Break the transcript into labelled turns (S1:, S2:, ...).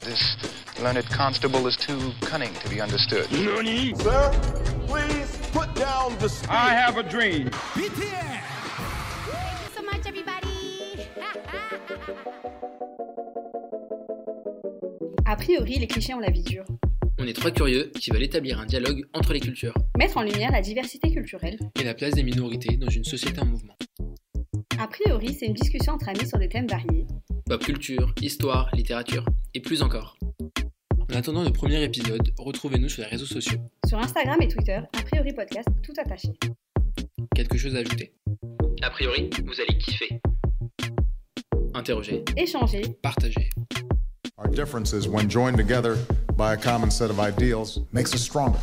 S1: This learned constable is too cunning to be understood.
S2: Sir, please put down the spear.
S3: I have a dream.
S4: Thank you so much, everybody.
S5: A priori, les clichés ont la vie dure.
S6: On est trois curieux qui veulent établir un dialogue entre les cultures
S5: Mettre en lumière la diversité culturelle.
S6: et la place des minorités dans une société en mouvement.
S5: A priori, c'est une discussion entre amis sur des thèmes variés.
S6: Pop culture, histoire, littérature et plus encore. En attendant le premier épisode, retrouvez-nous sur les réseaux sociaux.
S5: Sur Instagram et Twitter, A priori podcast, tout attaché.
S6: Quelque chose à ajouter A priori, vous allez kiffer. Interroger,
S5: Échanger,
S6: partager.
S2: Our differences, when joined together by a common set of ideals, makes us stronger.